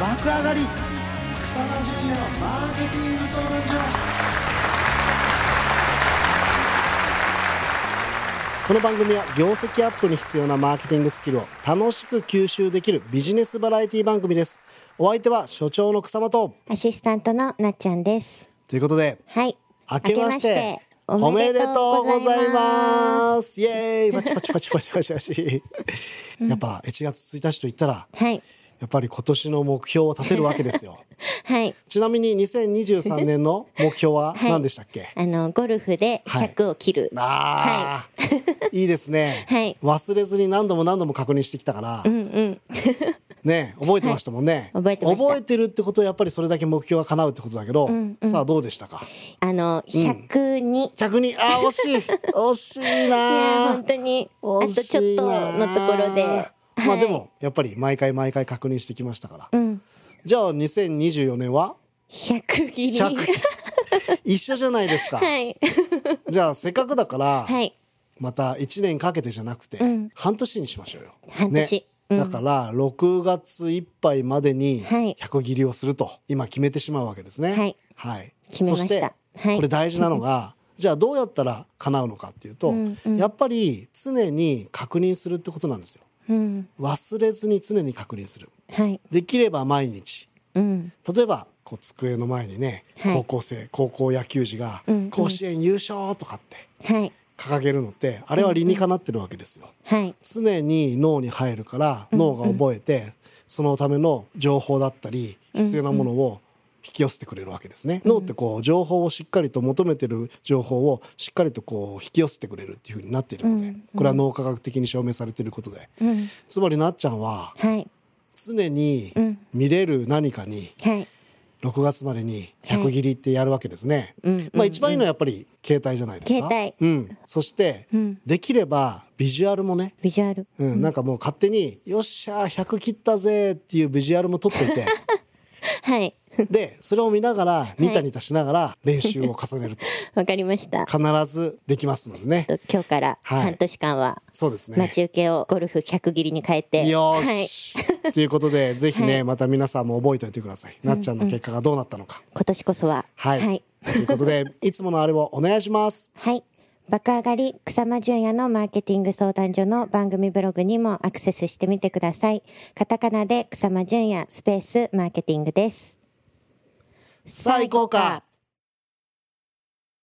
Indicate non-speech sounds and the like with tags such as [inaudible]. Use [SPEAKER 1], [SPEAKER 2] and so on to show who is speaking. [SPEAKER 1] 爆上がり草間淳也のマーケティング相談所この番組は業績アップに必要なマーケティングスキルを楽しく吸収できるビジネスバラエティ番組ですお相手は所長の草間と
[SPEAKER 2] アシスタントのなっちゃんです。
[SPEAKER 1] ということで
[SPEAKER 2] はい。
[SPEAKER 1] 明けましてお
[SPEAKER 2] お
[SPEAKER 1] め
[SPEAKER 2] め
[SPEAKER 1] で
[SPEAKER 2] で
[SPEAKER 1] と
[SPEAKER 2] と
[SPEAKER 1] う
[SPEAKER 2] う
[SPEAKER 1] ご
[SPEAKER 2] ご
[SPEAKER 1] ざ
[SPEAKER 2] ざ
[SPEAKER 1] い
[SPEAKER 2] い
[SPEAKER 1] ま
[SPEAKER 2] ます
[SPEAKER 1] イエーイパチパチパチパチパチパチ [laughs] やっぱ1月1日と言ったら
[SPEAKER 2] はい。
[SPEAKER 1] やっぱり今年の目標を立てるわけです
[SPEAKER 2] [laughs]
[SPEAKER 1] よ
[SPEAKER 2] はい。
[SPEAKER 1] ちなみに2023年の目標は
[SPEAKER 2] はい
[SPEAKER 1] 何でしたっけ、
[SPEAKER 2] あの、ゴルフで尺を切る。
[SPEAKER 1] ああ、い、いですね、
[SPEAKER 2] はい
[SPEAKER 1] 忘れずに何度も何度も確認してきたから、ね覚えてましたもんね、
[SPEAKER 2] はい覚えてました
[SPEAKER 1] てるってことはやっぱりそれだけ目標が叶うってことだけど、さあどうでしたか
[SPEAKER 2] あの、102。い
[SPEAKER 1] 逆にあー惜
[SPEAKER 2] [laughs]
[SPEAKER 1] しい惜しい
[SPEAKER 2] やー、
[SPEAKER 1] な
[SPEAKER 2] 本当に、あと
[SPEAKER 1] 惜し
[SPEAKER 2] ちょっ
[SPEAKER 1] い
[SPEAKER 2] と
[SPEAKER 1] な
[SPEAKER 2] のところで。
[SPEAKER 1] まあ
[SPEAKER 2] はい
[SPEAKER 1] でもやっぱり毎回毎回確認してきましたから、じゃあ2024年は
[SPEAKER 2] 100切り。 [laughs]
[SPEAKER 1] 100一緒じゃないですか、
[SPEAKER 2] はい。
[SPEAKER 1] じゃあせっかくだから、
[SPEAKER 2] はい。
[SPEAKER 1] また1年かけてじゃなくて、半年にしましょうよ。
[SPEAKER 2] 半年
[SPEAKER 1] ね
[SPEAKER 2] うん
[SPEAKER 1] だから6月いっぱいまでに
[SPEAKER 2] はい
[SPEAKER 1] 100切りをすると今決めてしまうわけですね。
[SPEAKER 2] はい
[SPEAKER 1] はい
[SPEAKER 2] 決めました
[SPEAKER 1] そして
[SPEAKER 2] はい
[SPEAKER 1] これ大事なの
[SPEAKER 2] [laughs]
[SPEAKER 1] がじゃあどうやったら叶うのかっていうと、やっぱり常に確認するってことなんですよ。
[SPEAKER 2] うん。
[SPEAKER 1] 忘れずに常に確認する。
[SPEAKER 2] はい。
[SPEAKER 1] できれば毎日
[SPEAKER 2] うん。
[SPEAKER 1] 例えばこう机の前にね、
[SPEAKER 2] はい
[SPEAKER 1] 高校生高校野球児が
[SPEAKER 2] うんうん
[SPEAKER 1] 甲子園優勝とかって
[SPEAKER 2] はい。
[SPEAKER 1] 掲げるのってあれは理にかなってるわけですよ。
[SPEAKER 2] はい。
[SPEAKER 1] 常に脳に入るから脳が覚えてそのための情報だったり必要なものを引き寄せてくれるわけですね。脳ってこう情報をしっかりと求めてる情報をしっかりとこう引き寄せてくれるっていう風になっているのでこれは脳科学的に証明されていることで
[SPEAKER 2] うん。
[SPEAKER 1] つまりなっちゃんは
[SPEAKER 2] はい。
[SPEAKER 1] 常に
[SPEAKER 2] うん
[SPEAKER 1] 見れる何かに
[SPEAKER 2] はい。
[SPEAKER 1] 6月までに100切りってやるわけですね。
[SPEAKER 2] うん
[SPEAKER 1] まあ一番いいのはやっぱり携帯じゃないですか。
[SPEAKER 2] 携
[SPEAKER 1] うん。そして、
[SPEAKER 2] うん
[SPEAKER 1] できればビジュアルもね、
[SPEAKER 2] ビジュアル。
[SPEAKER 1] うん、なんかもう勝手に、よっしゃー、100切ったぜーっていうビジュアルも撮っといて、
[SPEAKER 2] はい。 [laughs]
[SPEAKER 1] で、それを見ながら、ニタニタしながら練習を重ねる
[SPEAKER 2] [laughs]
[SPEAKER 1] と、
[SPEAKER 2] わかりました。
[SPEAKER 1] 必ずできますのでね。
[SPEAKER 2] と今日から
[SPEAKER 1] はい
[SPEAKER 2] 半年間は、
[SPEAKER 1] そうですね。
[SPEAKER 2] 待ち受けをゴルフ100切りに変えて。
[SPEAKER 1] よー
[SPEAKER 2] はい。
[SPEAKER 1] し、 [laughs] ということで、ぜひね、また皆さんも覚えておいてください。なっちゃんの結果がどうなったのか。
[SPEAKER 2] 今年こそは。
[SPEAKER 1] はい。
[SPEAKER 2] はい。
[SPEAKER 1] ということで、いつものあれをお願いします。
[SPEAKER 2] はい。爆上がり草間淳也のマーケティング相談所の番組ブログにもアクセスしてみてください。カタカナで草間淳也スペースマーケティングです。
[SPEAKER 1] 最高か